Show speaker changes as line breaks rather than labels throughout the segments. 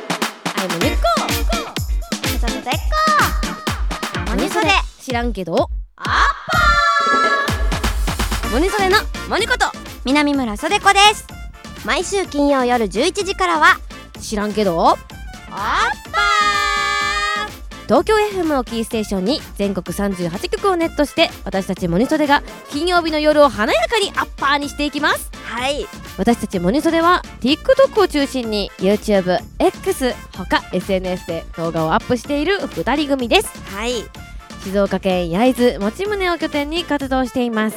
の根っこ
ちょっとでっ
何それ知らんけど
あっ
モニソレのモニこと
南村そでこです毎週金曜夜11時からは
知らんけど
あっぱ
東京 FM をキーステーションに全国38局をネットして私たちモニソレが金曜日の夜を華やかにアッパーにしていきます
はい
私たちモニソレは TikTok を中心に YouTubeX 他 SNS で動画をアップしている2人組です
はい
静岡県焼津持宗を拠点に活動しています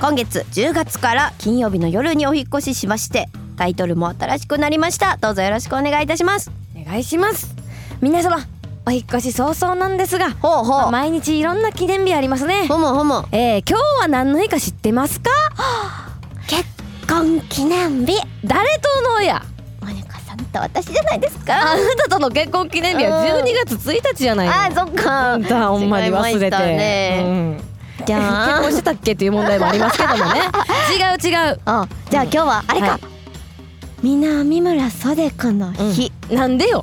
今月10月から金曜日の夜にお引っ越ししましてタイトルも新しくなりましたどうぞよろしくお願いいたします
お願いします皆様お引っ越し早々なんですが
ほうほう
毎日いろんな記念日ありますね
ほもほも
えー、今日は何の日か知ってますか
結婚記念日
誰とのや
モニカさんと私じゃないです
あ
か
なたとの結婚記念日は
うん
12月1日じゃないの
あーそっか
あんたほんまに忘
違いまし
れて、
たね
うん
じゃ
結
あ
婚してたっけっていう問題もありますけどもね 違う違う
あじゃあ今日はあれか、
はい
南村そでこの日、
なんでよ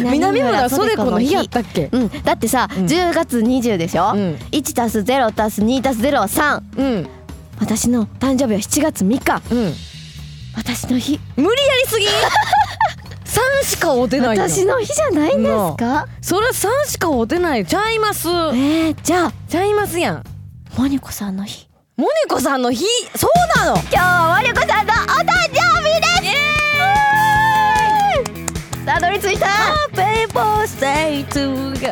南村それこの日やったっけ
うん、だってさ、
うん
10月20でしょ、
うん
1たす0たす2たす0は3
うん
私の誕生日は7月3日
うん
私の日
無理やりすぎ 3しか会うてないやん
私の日じゃないんですか
そりゃ3しか会うてないよちゃいます
えー、じゃあ
ちゃいますやん
モニコさんの日
モネコさんの日そうなの
今日はモニコさんのお誕生日ですたどり着いた
ベイボースデイトゥーが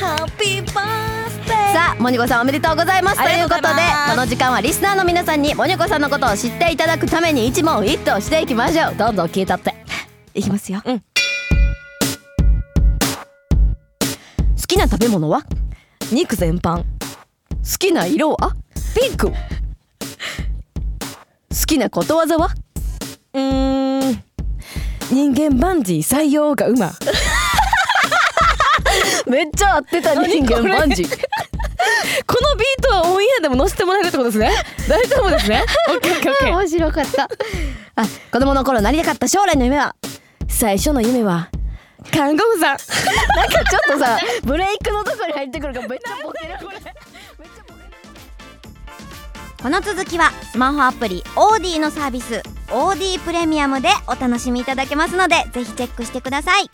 ハッピーバースデー
さあモニコさんおめでとうございますと
あり
いう
が
ことと
う
で
ございます
この時間はリスナーの皆さんにモニコさんのことを知っていただくために一問一答していきましょうどんどん聞いたっていきますよ、
うん
好きな食べ物は好
肉全般
きな色は好
ピンクう
きなことわざは
ーん人間バンジー採用が馬
めっちゃ合ってた人間バンジー
このビートはオンエアでも載せてもらえるってことですね大丈夫 ですねオッケーオッケーオッケー
面白かったあ子供の頃なりたかった将来の夢は
最初の夢は看護婦さん
なんかちょっとさブレイクのとこに入ってくるからめっちゃボケる
この続きはスマホアプリ OD のサービス OD プレミアムでお楽しみいただけますのでぜひチェックしてください